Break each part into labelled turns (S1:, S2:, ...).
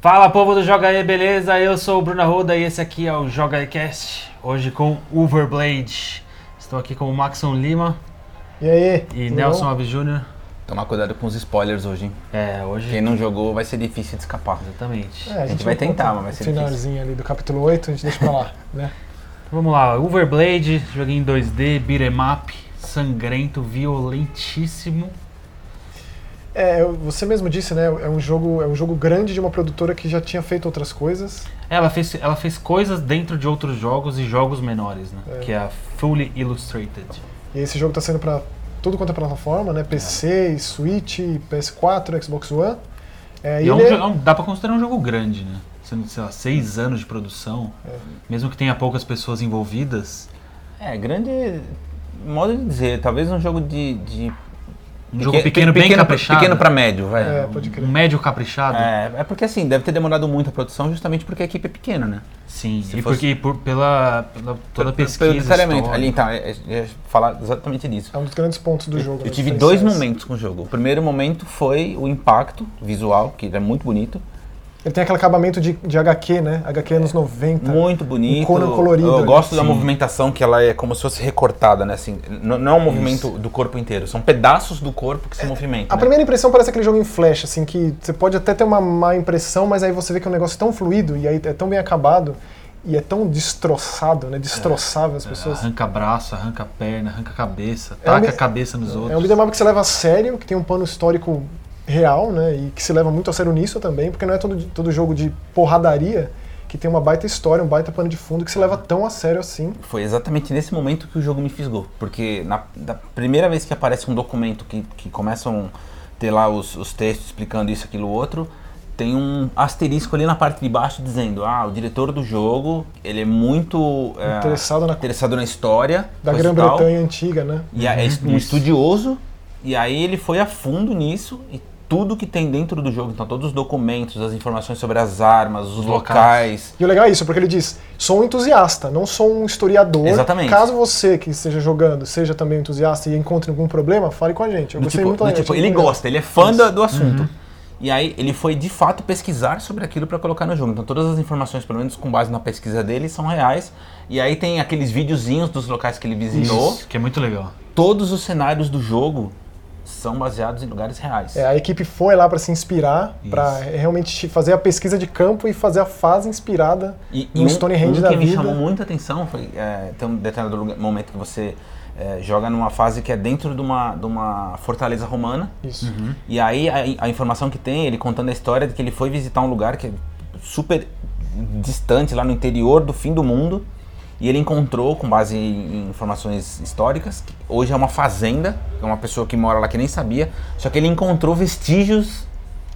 S1: Fala povo do Joga aí, beleza? Eu sou o Bruno Arruda e esse aqui é o Joga aí Cast, hoje com Overblade. Estou aqui com o Maxon Lima
S2: E aí?
S1: e
S2: tudo
S1: Nelson
S2: bom?
S1: Alves Jr.
S3: Tomar cuidado com os spoilers hoje, hein?
S1: É, hoje.
S3: Quem não jogou vai ser difícil de escapar.
S1: Exatamente.
S2: É,
S3: A gente vai tentar,
S2: conta
S3: mas É. vai ser
S2: O finalzinho ali do capítulo 8, a gente deixa pra lá, né?
S1: Então Vamos lá, Overblade, joguinho em 2D, beat'em up, sangrento, violentíssimo.
S2: É, eu- você mesmo disse, né? É um jogo, é um jogo grande de uma produtora que já tinha feito outras coisas.
S1: Ela fez, ela fez coisas dentro de outros jogos e jogos menores, né?
S2: É.
S1: Que é a Fully Illustrated.
S2: E esse jogo tá saindo pra tudo quanto é plataforma, né?
S3: É.
S2: PC, Switch, PS4, Xbox One. É,
S1: E
S2: e
S1: é um
S2: ele é-
S1: jo- é um- dá pra considerar um jogo grande, né? Sendo, sei lá, seis anos de produção,
S2: É.
S1: mesmo que tenha poucas pessoas envolvidas,
S3: É, grande modo de dizer, talvez um jogo de. de
S1: um jogo pequeno, bem caprichado.
S3: Pequeno pra médio, vai.
S2: É,
S3: É.
S2: pode
S1: Um
S2: crer.
S1: médio caprichado?
S3: É, porque assim, deve ter demorado muito a produção justamente porque a equipe é pequena, né?
S1: Sim,
S3: Se
S1: e
S3: fosse-
S1: porque por, pela, pela toda a
S3: Pelo-
S1: pesquisa.
S3: pelo detalhamento.
S1: história.
S3: Ali, então, é- é- é falar exatamente disso.
S2: É um dos grandes pontos do jogo.
S3: Eu
S2: né,
S3: tive dois
S2: diferenciais.
S3: momentos com o jogo. O primeiro momento foi o impacto visual, que é muito bonito.
S2: Ele tem aquele acabamento de, de HQ, né? HQ anos 90.
S3: É. Muito bonito.
S2: Um couro colorido,
S3: Eu
S2: né?
S3: gosto da
S1: Sim.
S3: movimentação que ela é como se fosse recortada, né? Assim, n- não é um movimento do corpo inteiro, são pedaços do corpo que se movimentam.
S2: É, A
S3: né?
S2: primeira impressão parece aquele jogo em flash, assim, que você pode até ter uma má impressão, mas aí você vê que é um negócio tão fluido e aí é tão bem acabado e é tão destroçado, né? Destroçável
S3: É.
S2: as pessoas.
S3: Ah,
S1: Arranca braço, arranca perna, arranca cabeça, taca
S2: um-
S1: a cabeça nos
S2: É um
S1: outros.
S2: beat'em up que se leva a sério, que tem um pano histórico real, né? E que se leva muito a sério nisso também, porque não é todo, todo jogo de porradaria que tem uma baita história, um baita pano de fundo que se leva tão a sério assim.
S3: Foi exatamente nesse momento que o jogo me fisgou. Porque na da primeira vez que aparece um documento que, que começam a ter lá os, os textos explicando isso, aquilo, outro, tem um asterisco ali na parte de baixo dizendo: ah, o diretor do jogo, ele é muito é,
S2: Interessado na-
S3: interessado na história
S2: Da
S3: coisa e tal."
S2: Grã-Bretanha antiga, né?
S3: E é est- um
S1: isso.
S3: estudioso, e aí ele foi a fundo nisso e tudo que tem dentro do jogo, então todos os documentos, as informações sobre as armas, os locais.
S2: E o legal é isso, porque ele diz: sou um entusiasta, não sou um historiador.
S3: Exatamente.
S2: Caso você que esteja jogando seja também um entusiasta e encontre algum problema, fale com a gente. Eu
S3: Do
S2: gostei
S3: tipo,
S2: muito
S3: do
S2: eu
S3: tipo,
S2: achei
S3: ele
S2: muito legal.
S3: gosta, ele é fã da- do assunto. E aí ele foi de fato pesquisar sobre aquilo para colocar no jogo. Então todas as informações, pelo menos com base na pesquisa dele, são reais. E aí tem aqueles videozinhos dos locais que ele visitou.
S1: Isso, que é muito legal.
S3: Todos os cenários do jogo são baseados em lugares reais.
S2: É, a equipe foi lá para se inspirar, para realmente fazer a pesquisa de campo e fazer a fase inspirada
S3: E,
S2: no Stonehenge
S3: um
S2: da
S3: que me
S2: vida.
S3: chamou muita atenção foi é, tem um determinado lugar- momento que você é, joga numa fase que é dentro de uma, de uma fortaleza romana.
S2: Isso.
S3: E aí a, a informação que tem, ele contando a história de que ele foi visitar um lugar que é super distante, lá no interior do fim do mundo. E ele encontrou, com base em informações históricas, que hoje é uma fazenda, é uma pessoa que mora lá que nem sabia, só que ele encontrou vestígios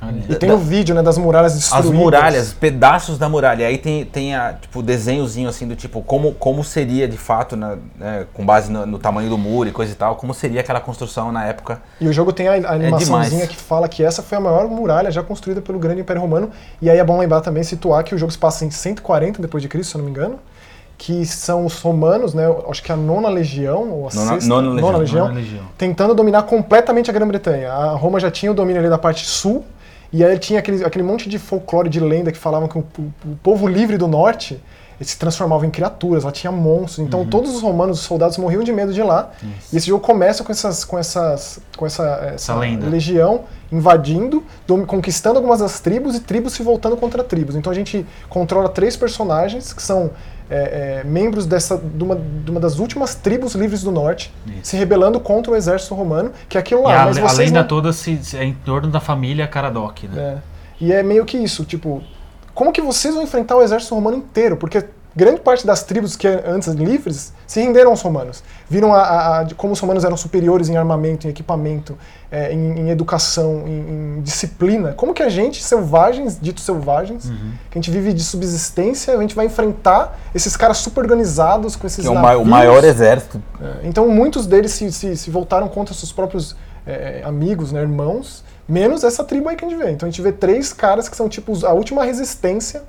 S1: Olha.
S2: E
S3: da-
S2: tem o vídeo, né, das muralhas
S3: as
S2: destruídas.
S3: muralhas, pedaços da muralha. E Aí tem, tem a, tipo, desenhozinho assim do tipo, como, como seria de fato, na- né, com base no, no tamanho do muro e coisa e tal, como seria aquela construção na época.
S2: E o jogo tem a, a animaçãozinha
S3: É demais.
S2: que fala que essa foi a maior muralha já construída pelo Grande Império Romano. E aí é bom lembrar também, situar que o jogo se passa em 140 depois de Cristo, se eu não me engano, que são os romanos, né, eu acho que a nona legião ou a
S3: Nona-
S2: sexta,
S3: nona legião, nona
S1: Não é legião.
S2: tentando dominar completamente a Grã-Bretanha. A Roma já tinha o domínio ali da parte sul, e aí tinha aquele, aquele monte de folclore, de lenda que falavam que o, po- o povo livre do norte ele se transformava em criaturas, lá tinha monstros. Então todos os romanos, os soldados, morriam de medo de ir lá. E esse jogo começa com essas com essas com essa, essa
S1: lenda.
S2: legião invadindo, dom- conquistando algumas das tribos e tribos se voltando contra tribos. Então a gente controla três personagens que são é, é, membros dessa, de, uma, de uma das últimas tribos livres do norte,
S1: Isso.
S2: se rebelando contra o exército romano, que é aquilo
S1: E
S2: lá.
S1: a,
S2: mas
S1: a
S2: vocês
S1: lenda
S2: não-
S1: toda se, se- é em torno da família Caradoc, né?
S2: É. E é meio que isso, tipo, como que vocês vão enfrentar o exército romano inteiro? Porque grande parte das tribos que é antes livres se renderam aos romanos. Viram a, a- a- de como os romanos eram superiores em armamento, em equipamento, é, em, em educação, em, em disciplina. Como que a gente, selvagens, ditos selvagens,
S3: Uhum.
S2: que a gente vive de subsistência, a gente vai enfrentar esses caras super organizados com esses
S3: Que é o, ma- o
S2: navios?
S3: maior exército.
S2: Então muitos deles se, se, se voltaram contra seus próprios eh, amigos, né, irmãos, menos essa tribo aí que a gente vê. Então a gente vê três caras que são tipo os- a última resistência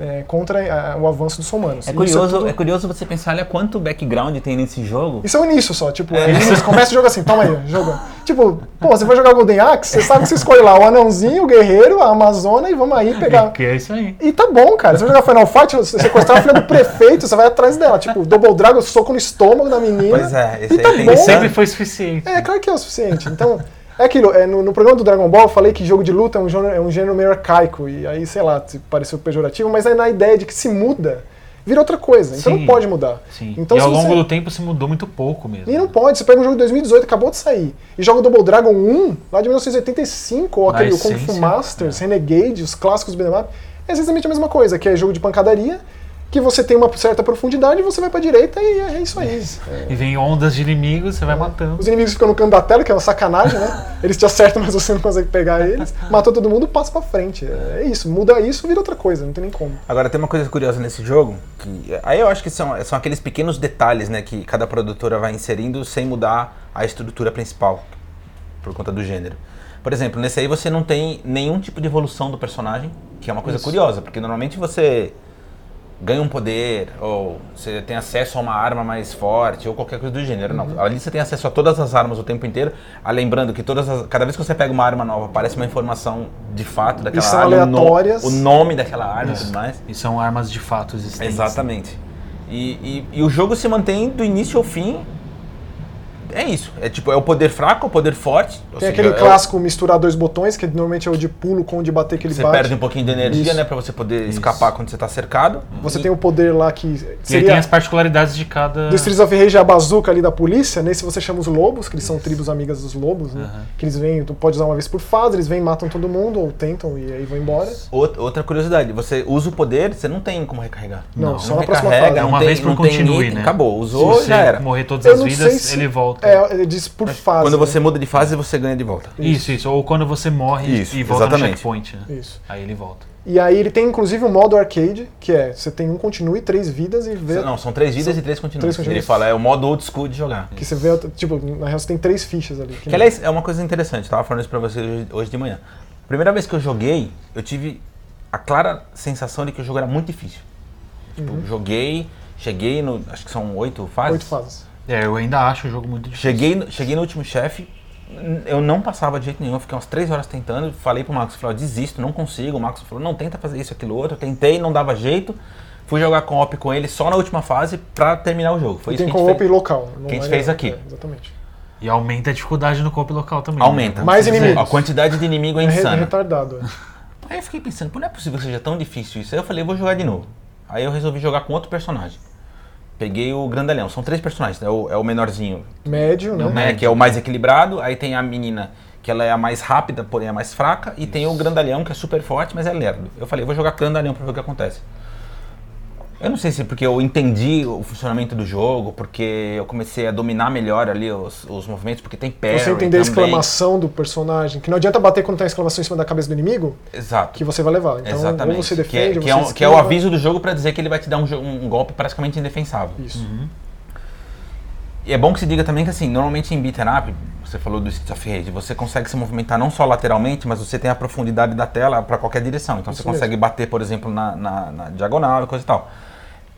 S2: é, contra ah, o avanço dos romanos. E
S3: É
S2: isso
S3: curioso,
S2: tudo-
S3: é curioso você pensar, olha quanto background tem nesse jogo.
S2: Isso é o início só, tipo, é. eles começam o jogo assim, toma aí, joga. Tipo, pô, você vai jogar Golden Axe, você sabe que você escolhe lá o anãozinho, o guerreiro, a Amazona e vamos aí pegar.
S1: Que é isso aí.
S2: E tá bom, cara. Você vai jogar Final Fight, você sequestrar a filha do prefeito, você vai atrás dela. Tipo, Double Dragon, soco no estômago da menina.
S3: Pois é, esse
S2: E tá
S3: aí tem
S2: bom.
S3: que ser-
S1: Sempre foi suficiente.
S2: É, claro que é o suficiente. Então, é aquilo. É, no, no programa do Dragon Ball eu falei que jogo de luta é um gênero, é um gênero meio arcaico. E aí, sei lá, se pareceu pejorativo, mas é na ideia de que se muda, vira outra coisa. Então
S1: Sim.
S2: não pode mudar.
S1: Sim.
S2: Então,
S1: e
S2: se
S1: ao longo
S2: você-
S1: do tempo se mudou muito pouco mesmo.
S2: E não pode, você pega um jogo de 2018, acabou de sair, e joga o Double Dragon 1, lá de 1985, ou
S1: Na
S2: aquele Kung
S1: essência,
S2: Fu
S1: É.
S2: Masters, Renegade, os clássicos do Benemap, é exatamente a mesma coisa, que é jogo de pancadaria, que você tem uma certa profundidade, você vai pra direita e é isso aí.
S1: E vem ondas de inimigos, você vai matando.
S2: Os inimigos ficam no canto da tela, que é uma sacanagem, né? Eles te acertam, mas você não consegue pegar eles. Matou todo mundo, passa pra frente. É isso, muda isso, vira outra coisa, não tem nem como.
S3: Agora, tem uma coisa curiosa nesse jogo, que aí eu acho que são, são aqueles pequenos detalhes né, que cada produtora vai inserindo sem mudar a estrutura principal, por conta do gênero. Por exemplo, nesse aí você não tem nenhum tipo de evolução do personagem, que é uma coisa curiosa, porque normalmente você ganha um poder, ou você tem acesso a uma arma mais forte, ou qualquer coisa do gênero.
S2: Uhum.
S3: Não, ali você tem acesso a todas as armas o tempo inteiro. Ah, lembrando que todas as- cada vez que você pega uma arma nova, aparece uma informação de fato daquela
S2: são
S3: arma. o no-
S2: aleatórias.
S3: O nome daquela arma e
S1: Isso.
S3: tudo mais.
S1: E são armas de fato existentes.
S3: Exatamente. E, e- e o jogo se mantém do início ao fim. É isso. É tipo, é o poder fraco, é o poder forte. ou
S2: Tem
S3: seja,
S2: aquele
S3: é o-
S2: clássico misturar dois botões, que normalmente é o de pulo com o de bater que ele
S3: Você
S2: bate.
S3: perde um pouquinho de energia,
S2: Isso.
S3: né? Pra você poder escapar quando você tá cercado.
S2: Você
S3: E-
S2: tem o poder lá que
S1: E aí tem
S2: seria
S1: as particularidades de cada.
S2: Do Streets of Rage é a bazuca ali da polícia, nesse você chama os lobos, que eles são tribos amigas dos lobos, né? Que eles vêm, tu pode usar uma vez por fase, eles vêm, matam todo mundo, ou tentam, e aí vão embora.
S3: Out- Outra curiosidade, você usa o poder, você não tem como recarregar.
S2: Não,
S1: Não,
S2: só
S3: não
S2: na próxima
S3: recarrega,
S2: fase.
S3: não
S1: É, Uma
S3: tem-
S1: vez por
S3: não tem
S1: continue,
S3: item,
S1: né?
S3: Acabou,
S1: Se
S3: usou,
S1: você
S3: já era.
S1: morrer todas
S2: Eu
S1: as
S2: não
S1: vidas,
S2: sei se-
S1: ele volta.
S2: É, é, diz por fase.
S3: Quando
S2: né?
S3: você muda de fase, você ganha de volta.
S1: Isso, isso. Ou quando você morre
S3: Isso,
S1: e volta no
S3: exatamente.
S1: checkpoint, né?
S2: Isso.
S1: Aí ele volta.
S2: E aí ele tem inclusive um modo arcade, que é, você tem um continue, três vidas e vê...
S3: Não, são três vidas e três
S2: três
S3: continuas. Ele
S2: continuas.
S3: fala, é o modo old school de jogar.
S2: Que você vê, tipo, na real você tem três fichas ali. que-
S3: Que, aliás, é uma coisa interessante, eu tava falando isso pra vocês hoje, hoje de manhã. Primeira vez que eu joguei, eu tive a clara sensação de que o jogo era muito difícil. Tipo, joguei, cheguei no. Acho que são oito fases.
S2: Uhum. Oito fases.
S1: É, eu ainda acho o jogo muito difícil.
S3: Cheguei, no- cheguei no último chefe, n- eu não passava de jeito nenhum, eu fiquei umas três horas tentando, falei pro Marcos, falei, ó, desisto, não consigo. O Marcos falou, não, tenta fazer isso, aquilo, outro. Eu tentei, não dava jeito. Fui jogar co-op com ele só na última fase pra terminar o jogo. Foi
S2: E
S3: isso
S2: tem
S3: que a gente
S2: co-op
S3: fez.
S2: local. não
S3: que a gente
S2: é-
S3: fez aqui.
S2: é, exatamente.
S1: E aumenta a dificuldade no copo local também. né?
S3: Aumenta. Uhum.
S2: Mais inimigos.
S3: A quantidade de inimigo é
S2: É re-
S3: insana.
S2: retardado. é.
S3: Aí eu fiquei pensando, pô, não é possível que seja tão difícil isso. Aí eu falei, vou jogar de novo. Aí eu resolvi jogar com outro personagem. Peguei o grandalhão, são três personagens, né? O- é o menorzinho,
S2: Médio, né?
S3: né? Que é o mais equilibrado, aí tem a menina, que ela é a mais rápida, porém a mais fraca, e tem o grandalhão, que é super forte, mas é lerdo. Eu falei, vou jogar grandalhão pra ver o que acontece. Eu não sei se porque eu entendi o funcionamento do jogo, porque eu comecei a dominar melhor ali os, os movimentos, porque tem parry
S2: Você entender a
S3: também.
S2: exclamação do personagem, que não adianta bater quando tem a exclamação em cima da cabeça do inimigo,
S3: Exato.
S2: que você vai levar. Então,
S3: Exatamente.
S2: ou você
S3: Que é-
S2: defende,
S3: que,
S2: ou você
S3: é, um- que é o
S2: esquiva.
S3: aviso do jogo pra dizer que ele vai te dar um, jo- um golpe praticamente indefensável.
S2: Isso.
S3: E é bom que se diga também que assim, normalmente em beat'em up, você falou do Street of Rage, você consegue se movimentar não só lateralmente, mas você tem a profundidade da tela pra qualquer direção. Então você
S2: mesmo.
S3: consegue bater, por exemplo, na, na- na diagonal e coisa e tal.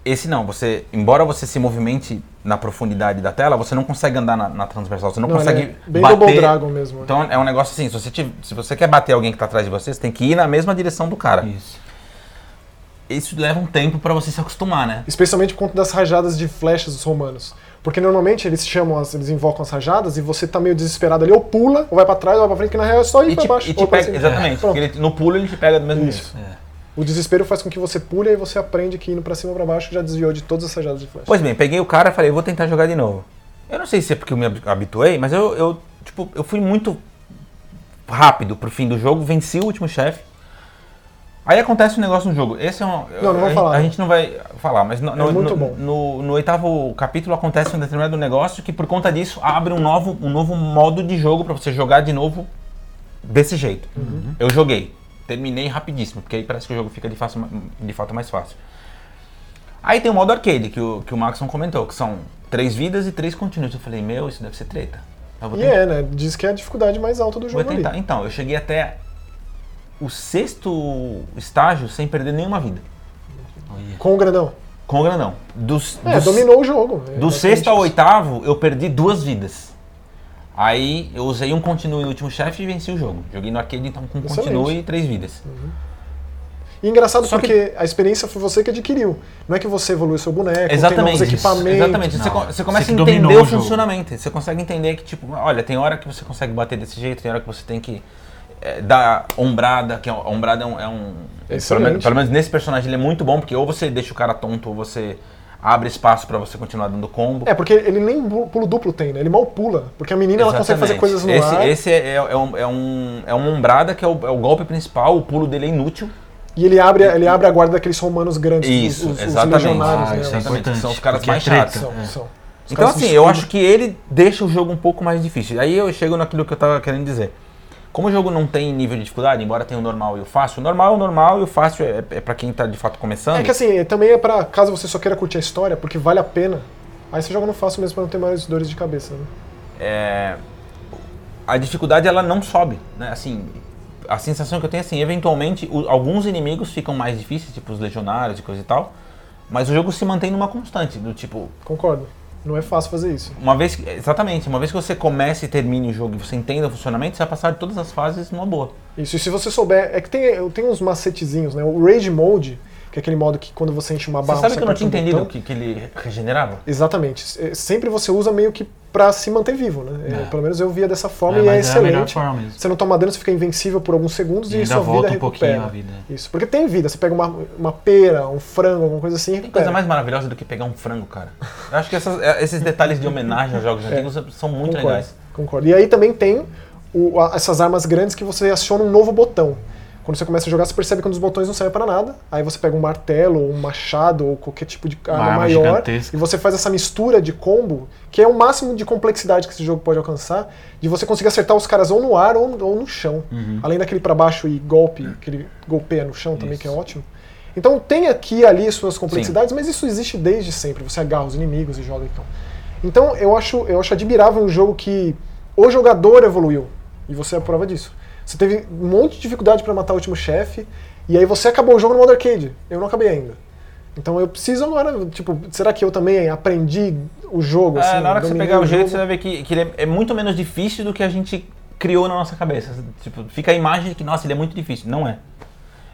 S3: Esse não, você, embora você se movimente na profundidade da tela, você não consegue andar na, na transversal, você não,
S2: Não, ele
S3: consegue
S2: é bem
S3: bater.
S2: Double Dragon mesmo. né?
S3: Então é um negócio assim, se você, te- se você quer bater alguém que tá atrás de você, você tem que ir na mesma direção do cara.
S1: Isso.
S3: Isso leva um tempo pra você se acostumar, né?
S2: Especialmente por conta das rajadas de flechas dos romanos. Porque normalmente eles chamam, as, eles invocam as rajadas e você tá meio desesperado ali, ou pula, ou vai pra trás, ou vai pra frente, que na real é só ir
S3: E
S2: pra
S3: te,
S2: baixo.
S3: e te
S2: ou pra
S3: pega,
S2: cima. É,
S3: exatamente,
S2: Pronto.
S3: porque ele- no pulo ele é. te pega do mesmo jeito.
S2: Isso. O desespero faz com que você pule e aí você aprende que indo pra cima ou pra baixo já desviou de todas as rajadas de flecha.
S3: Pois bem, peguei o cara e falei, vou tentar jogar de novo. Eu não sei se é porque eu me hab- habituei, mas eu, eu, tipo, eu fui muito rápido pro fim do jogo, venci o último chefe. Aí acontece um negócio no jogo. Esse é um.
S2: Não, não vou falar,
S3: a, gente- a
S2: né?
S3: gente não vai falar, mas no, no,
S2: É muito
S3: no-
S2: bom.
S3: no- no oitavo capítulo acontece um determinado negócio que por conta disso abre um novo, um novo modo de jogo pra você jogar de novo desse jeito.
S2: Uhum.
S3: Eu joguei. Terminei rapidíssimo, porque aí parece que o jogo fica de, fácil- de fato mais fácil. Aí tem o modo arcade, que o, que o Maxon comentou, que são três vidas e três continues. Eu falei, meu, isso deve ser treta. Eu vou
S2: E
S3: tentar.
S2: é, né? Diz que é a dificuldade mais alta do
S3: Vou
S2: jogo ali.
S3: tentar. Então, eu cheguei até o sexto estágio sem perder nenhuma vida. é.
S1: sabia.
S2: Com o grandão.
S3: Congra não. Dos,
S2: É,
S3: dos-
S2: dominou o jogo. É,
S3: Do
S2: basicamente
S3: sexto ao
S2: isso.
S3: oitavo, eu perdi duas vidas. Aí eu usei um continue no último chefe e venci o jogo. Joguei no arcade, então com
S2: Excelente.
S3: continue e três vidas.
S2: E engraçado
S3: Só que-
S2: porque a experiência foi você que adquiriu. Não é que você evoluiu seu boneco,
S3: Exatamente.
S2: tem novos equipamentos.
S3: Exatamente. Você,
S1: Não,
S3: co- você começa
S1: você
S3: a
S1: que dominou
S3: entender
S1: o
S3: o
S1: jogo.
S3: funcionamento. Você consegue entender que, tipo, olha, tem hora que você consegue bater desse jeito, tem hora que você tem que eh, dar ombrada, que a ombrada é um. É um pelo,
S2: Excelente.
S3: menos, pelo menos nesse personagem ele é muito bom, porque ou você deixa o cara tonto, ou você abre espaço pra você continuar dando combo.
S2: É, porque ele nem bu- pulo duplo tem, né? Ele mal pula. Porque a menina ela consegue fazer
S3: Exatamente.
S2: coisas no
S3: esse,
S2: ar.
S3: Esse é, é um, é, um, é uma ombrada que é o, é o golpe principal, o pulo dele é inútil.
S2: E ele abre, ele abre a guarda daqueles romanos grandes, os-
S3: Isso,
S2: os, os,
S3: exatamente.
S2: legionários,
S1: Ah, isso
S2: né?
S1: é
S2: Os-
S3: exatamente.
S1: importante,
S3: São os caras
S1: porque é
S3: mais
S1: treta.
S3: chatos.
S2: são, são. Os
S3: Então
S2: caras
S3: assim,
S2: são
S3: eu
S2: escudos.
S3: acho que ele deixa o jogo um pouco mais difícil. Aí eu chego naquilo que eu tava querendo dizer. Como o jogo não tem nível de dificuldade, embora tenha o normal e o fácil, o normal é o normal e o fácil é, é pra quem tá de fato começando.
S2: É que assim, também é pra caso você só queira curtir a história, porque vale a pena. Aí você joga no fácil mesmo pra não ter mais dores de cabeça, né?
S3: é, a dificuldade ela não sobe, né? Assim, a sensação que eu tenho é assim, eventualmente o- alguns inimigos ficam mais difíceis, tipo os legionários e coisa e tal, mas o jogo se mantém numa constante, do tipo,
S2: Concordo. Não é fácil fazer isso.
S3: uma vez que- exatamente, uma vez que você comece e termine o jogo e você entenda o funcionamento, você vai passar de todas as fases numa boa.
S2: Isso, e se você souber, é que tem, tem uns macetezinhos, né? O Rage Mode, que é aquele modo que quando você enche uma barra...
S3: você sabe que eu não
S2: aperta
S3: tinha
S2: um botão.
S3: entendido que, que ele regenerava?
S2: Exatamente. É, Sempre você usa meio que pra se manter vivo, né? É,
S1: É.
S2: Pelo menos eu via dessa forma
S1: É,
S2: e é
S1: mas é a melhor
S2: excelente.
S1: forma mesmo.
S2: Você não toma dano, você fica invencível por alguns segundos
S1: E
S2: e,
S1: ainda
S2: sua
S1: volta
S2: vida
S1: um pouquinho
S2: recupera.
S1: a vida.
S2: Isso, porque tem vida. Você pega uma, uma pera, um frango, alguma coisa assim e
S3: Tem coisa
S2: recupera.
S3: mais maravilhosa do que pegar um frango, cara. Eu acho que essas- é, esses detalhes de homenagem aos jogos antigos são muito
S2: Concordo,
S3: legais.
S2: Concordo. E aí também tem o- a- essas armas grandes que você aciona um novo botão. Quando você começa a jogar, você percebe que um dos botões não serve pra nada. Aí você pega um martelo, ou um machado, ou qualquer tipo de arma,
S1: arma
S2: maior.
S1: gigantesca.
S2: E você faz essa mistura de combo, que é o máximo de complexidade que esse jogo pode alcançar, de você conseguir acertar os caras ou no ar ou, ou no chão.
S1: Uhum.
S2: Além daquele pra baixo e golpe, que ele golpeia no chão também,
S3: Isso.
S2: que é ótimo. Então tem aqui e ali suas complexidades, mas isso existe desde sempre. Você agarra os inimigos e joga então. Então eu acho, eu acho admirável um jogo que o jogador evoluiu. E você é a prova disso. Você teve um monte de dificuldade pra matar o último chefe, e aí você acabou o jogo no modo arcade. Eu não acabei ainda. Então eu preciso agora, tipo, será que eu também aprendi o jogo?
S3: É,
S2: assim,
S3: na hora que você
S2: dominei
S3: pegar o
S2: jogo?
S3: jeito, você vai ver que, que ele é, é muito menos difícil do que a gente criou na nossa cabeça. Tipo, fica a imagem de que, nossa, ele é muito difícil. Não é.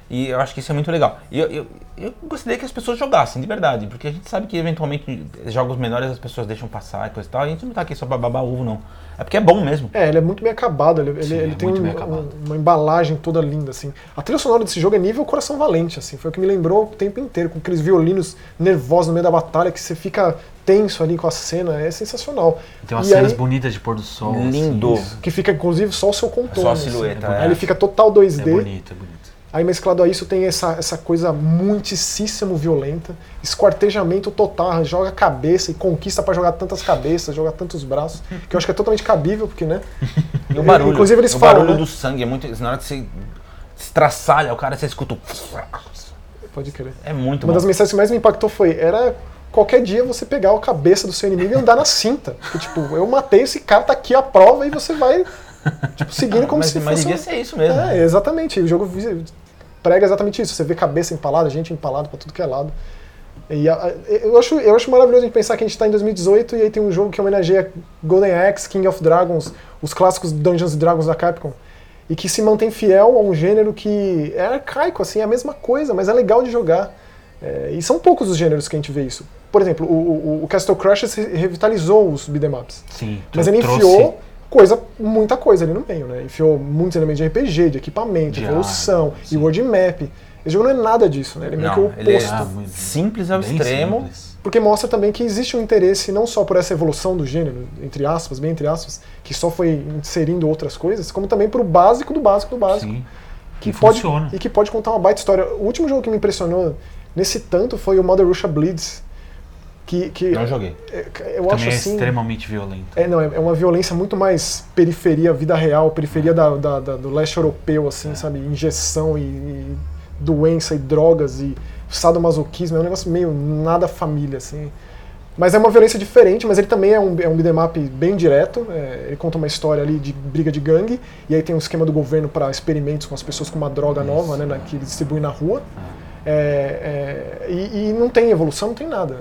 S3: E eu acho que isso é muito legal. E eu, eu, eu gostaria que as pessoas jogassem, de verdade, porque a gente sabe que eventualmente jogos menores as pessoas deixam passar e coisa e tal. A gente não tá aqui só pra babar ovo, não. É porque é bom mesmo.
S2: É, ele é muito bem acabado, ele, ele-
S1: Sim,
S2: ele
S1: é
S2: tem
S1: muito
S2: um-
S1: bem acabado.
S2: um- uma embalagem toda linda, assim. A trilha sonora desse jogo é nível coração valente, assim, foi o que me lembrou o tempo inteiro, com aqueles violinos nervosos no meio da batalha, que você fica tenso ali com a cena, é sensacional.
S1: Tem umas
S2: E
S1: cenas É
S2: aí-
S1: bonitas de pôr do sol. assim.
S3: Lindo.
S2: Que fica, inclusive, só o seu contorno.
S3: Só a silhueta,
S2: Aí
S3: é.
S2: assim, ele fica total
S1: É
S2: 2D,
S1: bonito, é bonito.
S2: Aí mesclado a isso tem essa, essa coisa muitíssimo violenta, esquartejamento total, joga cabeça e conquista pra jogar tantas cabeças, jogar tantos braços, que eu acho que é totalmente cabível, porque, né?
S3: E o barulho.
S2: Inclusive eles
S3: o
S2: falam,
S3: barulho
S2: né?
S3: do sangue é muito. Na hora que você estraçalha o cara, você escuta. o-
S2: Pode crer.
S3: É muito
S2: Uma
S3: bom.
S2: das mensagens que mais me impactou foi, era qualquer dia você pegar a cabeça do seu inimigo e andar na cinta. Porque, tipo, eu matei esse cara, tá aqui a prova e você vai, tipo, seguindo como
S3: Ah, mas
S2: se
S3: mas
S2: fosse...
S3: devia
S2: um-
S3: ser isso mesmo.
S2: É, exatamente. O jogo vi- prega exatamente isso. Você vê cabeça empalada, gente empalada pra tudo que é lado. E a- a- eu, acho, eu acho maravilhoso a gente pensar que a gente tá em 2018 e aí tem um jogo que homenageia Golden Axe, King of Dragons, os clássicos Dungeons and Dragons da Capcom. E que se mantém fiel a um gênero que é arcaico, assim, é a mesma coisa, mas é legal de jogar. É, e são poucos os gêneros que a gente vê isso. Por exemplo, o, o- o Castle Crashers re- revitalizou os beat'em ups.
S1: Sim.
S2: Mas
S1: tro-
S2: ele
S1: trouxe
S2: enfiou coisa, muita coisa ali no meio, né? Enfiou muitos elementos de RPG, de equipamento, de
S1: De
S2: evolução,
S1: arma,
S2: e
S1: sim.
S2: world map. Esse jogo não é nada disso, né? Ele é meio que o
S3: Não, ele
S2: oposto.
S3: é
S1: muito.
S3: simples ao
S1: bem
S3: extremo.
S1: simples.
S2: Porque mostra também que existe um interesse não só por essa evolução do gênero, entre aspas, bem entre aspas, que só foi inserindo outras coisas, como também pro básico do básico do básico.
S1: Sim.
S2: Que
S1: Que
S2: pode,
S1: funciona.
S2: e que pode contar uma baita história. O último jogo que me impressionou nesse tanto foi o Mother Russia Bleeds. Que, que
S3: Não joguei.
S2: é- eu acho
S1: um Também é
S2: assim.
S1: extremamente violento.
S2: É, não, é é uma violência muito mais periferia, vida real, periferia da, da- da- do leste europeu, assim, sabe? Injeção e, e doença e drogas e sadomasoquismo, é um negócio meio nada família, assim. Mas é uma violência diferente, mas ele também é um, é um beat'em up bem direto, é, ele conta uma história ali de briga de gangue, e aí tem um esquema do governo para experimentos com as pessoas com uma droga nova, né, na- que ele distribui na rua. É, é, e, e não tem evolução, não tem nada.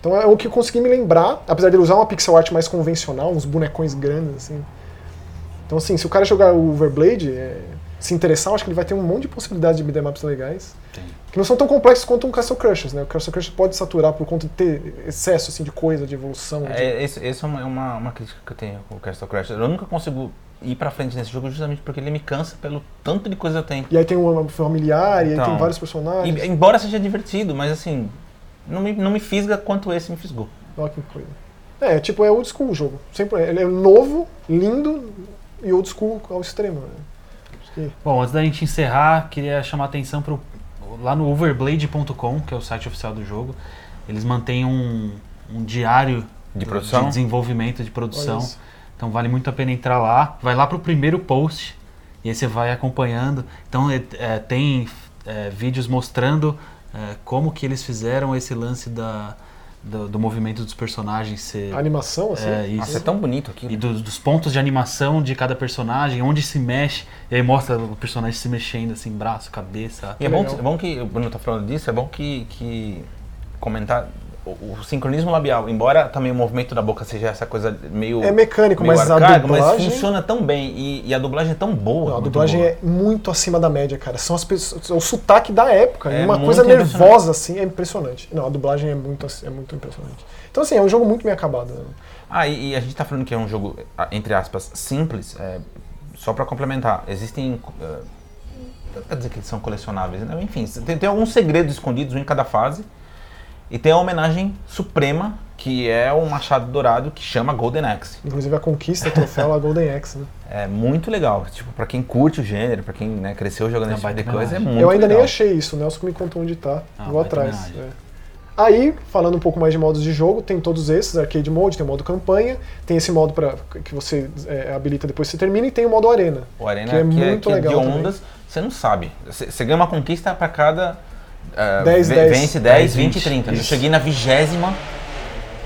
S2: Então é o que eu consegui me lembrar, apesar dele usar uma pixel art mais convencional, uns bonecões grandes, assim. Então, assim, se o cara jogar o Overblade, é, se interessar, eu acho que ele vai ter um monte de possibilidades de beatemaps legais. Que não são tão complexos quanto um Castle Crushers, né? O Castle Crushers pode saturar por conta de ter excesso, assim, de coisa, de evolução. de-
S3: É, esse- essa é uma, uma, uma crítica que eu tenho com o Castle Crash. Eu nunca consigo ir pra frente nesse jogo justamente porque ele me cansa pelo tanto de coisa que eu tenho.
S2: E aí tem um familiar, e aí
S3: Então,
S2: tem vários personagens.
S3: E- embora seja divertido, mas assim, não me, não me fisga quanto esse me fisgou.
S2: Olha que coisa. É, tipo, é old school o jogo. Sempre, ele é novo, lindo e old school ao extremo. né? Acho que-
S1: Bom, antes da gente encerrar, queria chamar a atenção pro lá no overblade.com, que é o site oficial do jogo. Eles mantêm um, um diário
S3: De produção?
S1: de desenvolvimento de
S2: olha
S1: produção.
S2: isso.
S1: Então vale muito a pena entrar lá. Vai lá pro primeiro post e aí você vai acompanhando. Então é- é, tem é, vídeos mostrando é, como que eles fizeram esse lance da, do, do movimento dos personagens ser
S2: A animação, assim.
S1: é, isso.
S3: Nossa, é tão bonito aqui.
S1: E dos, dos pontos de animação de cada personagem, onde se mexe, e aí mostra o personagem se mexendo, assim, braço, cabeça.
S3: E é bom,
S2: Legal.
S3: é bom que, o Bruno tá falando disso, é bom que, que comentar o, o sincronismo labial, embora também o movimento da boca seja essa coisa meio...
S2: É mecânico,
S3: meio
S2: mas a
S3: arcaico,
S2: dublagem-
S3: Mas funciona tão bem e, e a dublagem é tão boa.
S2: Não, a
S3: muito
S2: dublagem
S3: boa.
S2: é muito acima da média, cara. São as pessoas, é o sotaque da época.
S3: É
S2: e uma
S3: muito
S2: coisa nervosa, assim, é impressionante. Não, a dublagem é muito, ass- é muito impressionante. Então, assim, é um jogo muito bem acabado. né?
S3: Ah, e, e a gente tá falando que é um jogo, ah, entre aspas, simples. é, só pra complementar, existem... ah, Não quer dizer que eles são colecionáveis, né? Enfim, tem, tem alguns segredos escondidos, um em cada fase. E tem a homenagem suprema, que é um machado dourado que chama Golden Axe.
S2: Inclusive a conquista, troféu, a Golden Axe, né?
S3: É muito legal. Tipo, pra quem curte o gênero, pra quem né, cresceu jogando
S1: É
S3: esse tipo de
S1: baita
S3: coisa, é
S1: homenagem.
S3: muito
S2: eu ainda
S3: legal.
S2: nem achei isso, o Nelson que me contou onde tá.
S1: Ah,
S2: vou
S1: vai ter
S2: atrás.
S1: homenagem.
S2: é. Aí, falando um pouco mais de modos de jogo, tem todos esses, arcade mode, tem o modo campanha, tem esse modo pra, que você é, habilita depois que você termina, e tem o modo arena.
S3: O Arena,
S2: Que
S3: que
S2: é
S3: é,
S2: muito
S3: que é
S2: legal
S3: de
S2: também.
S3: ondas, você não sabe. Você você ganha uma conquista pra cada... ah,
S2: 10,
S3: ve-
S2: 10.
S3: Vence 10, 20 e
S1: 20.
S3: 30. Eu
S1: Isso.
S3: cheguei na vigésima,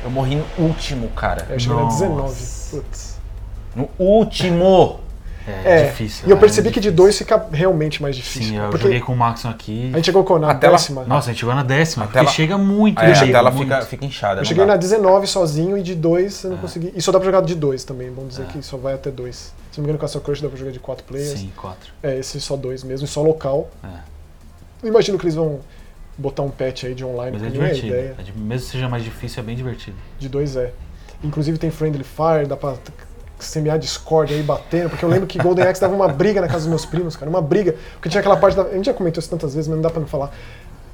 S3: eu morri no último, cara.
S2: Eu cheguei na
S1: Nossa.
S2: 19. É, Putz.
S3: No último!
S1: É,
S2: É,
S1: difícil.
S2: E eu
S1: né?
S2: percebi que de
S1: Difícil.
S2: dois fica realmente mais difícil.
S1: Sim, eu
S2: porque
S1: joguei com o Maxon aqui.
S2: a gente né? chegou com na
S3: A tela-
S2: décima.
S1: Nossa, a gente chegou na décima, porque
S3: tela-
S1: chega muito.
S2: É,
S3: Aí a
S1: chega
S3: tela
S1: muito.
S3: fica, fica inchada.
S2: Eu
S3: não
S2: cheguei
S3: dá.
S2: na 19 sozinho e de 2
S1: Ah.
S2: eu não consegui. E só dá pra jogar de 2 também, vamos dizer que só vai até 2. Se não me engano, Castle Crush dá pra jogar de 4 players.
S1: Sim, quatro.
S2: É, esse só 2 mesmo, e só local.
S1: É.
S2: Não imagino que eles vão botar um patch aí de online,
S1: Mas é
S2: porque nem é a
S1: divertido.
S2: ideia.
S1: É de- mesmo que seja mais difícil, é bem divertido.
S2: De 2 é. Inclusive tem Friendly Fire, dá pra t- semear discórdia aí batendo, porque eu lembro que Golden Axe dava uma briga na casa dos meus primos, cara, uma briga. Porque tinha aquela parte da. A gente já comentou isso tantas vezes, mas não dá pra não falar.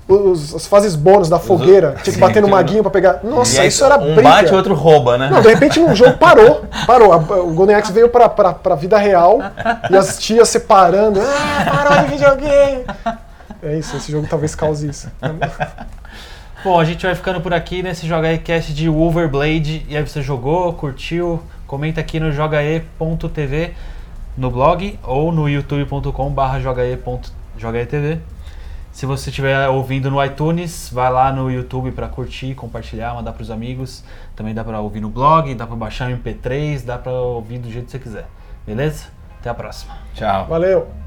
S2: Os, as fases bônus da fogueira, tinha que
S3: Sim,
S2: bater no
S3: aquilo-
S2: maguinho pra pegar.
S3: E
S2: Nossa,
S3: aí,
S2: isso era
S3: um
S2: briga.
S3: bate e outro rouba, né?
S2: Não, de repente o jogo parou. Parou. A- O Golden Axe veio pra, pra, pra vida real e as tias separando. Ah, parou de videogame! É isso, esse jogo talvez cause isso.
S1: Bom, a gente vai ficando por aqui nesse Joga E Cast de Overblade. E aí você jogou, curtiu? Comenta aqui no jogae.tv no blog ou no youtube.com.br jogae.tv. Se você estiver ouvindo no iTunes, vai lá no YouTube para curtir, compartilhar, mandar para os amigos. Também dá para ouvir no blog, dá para baixar em MP3, dá para ouvir do jeito que você quiser. Beleza? Até a próxima.
S3: Tchau.
S2: Valeu!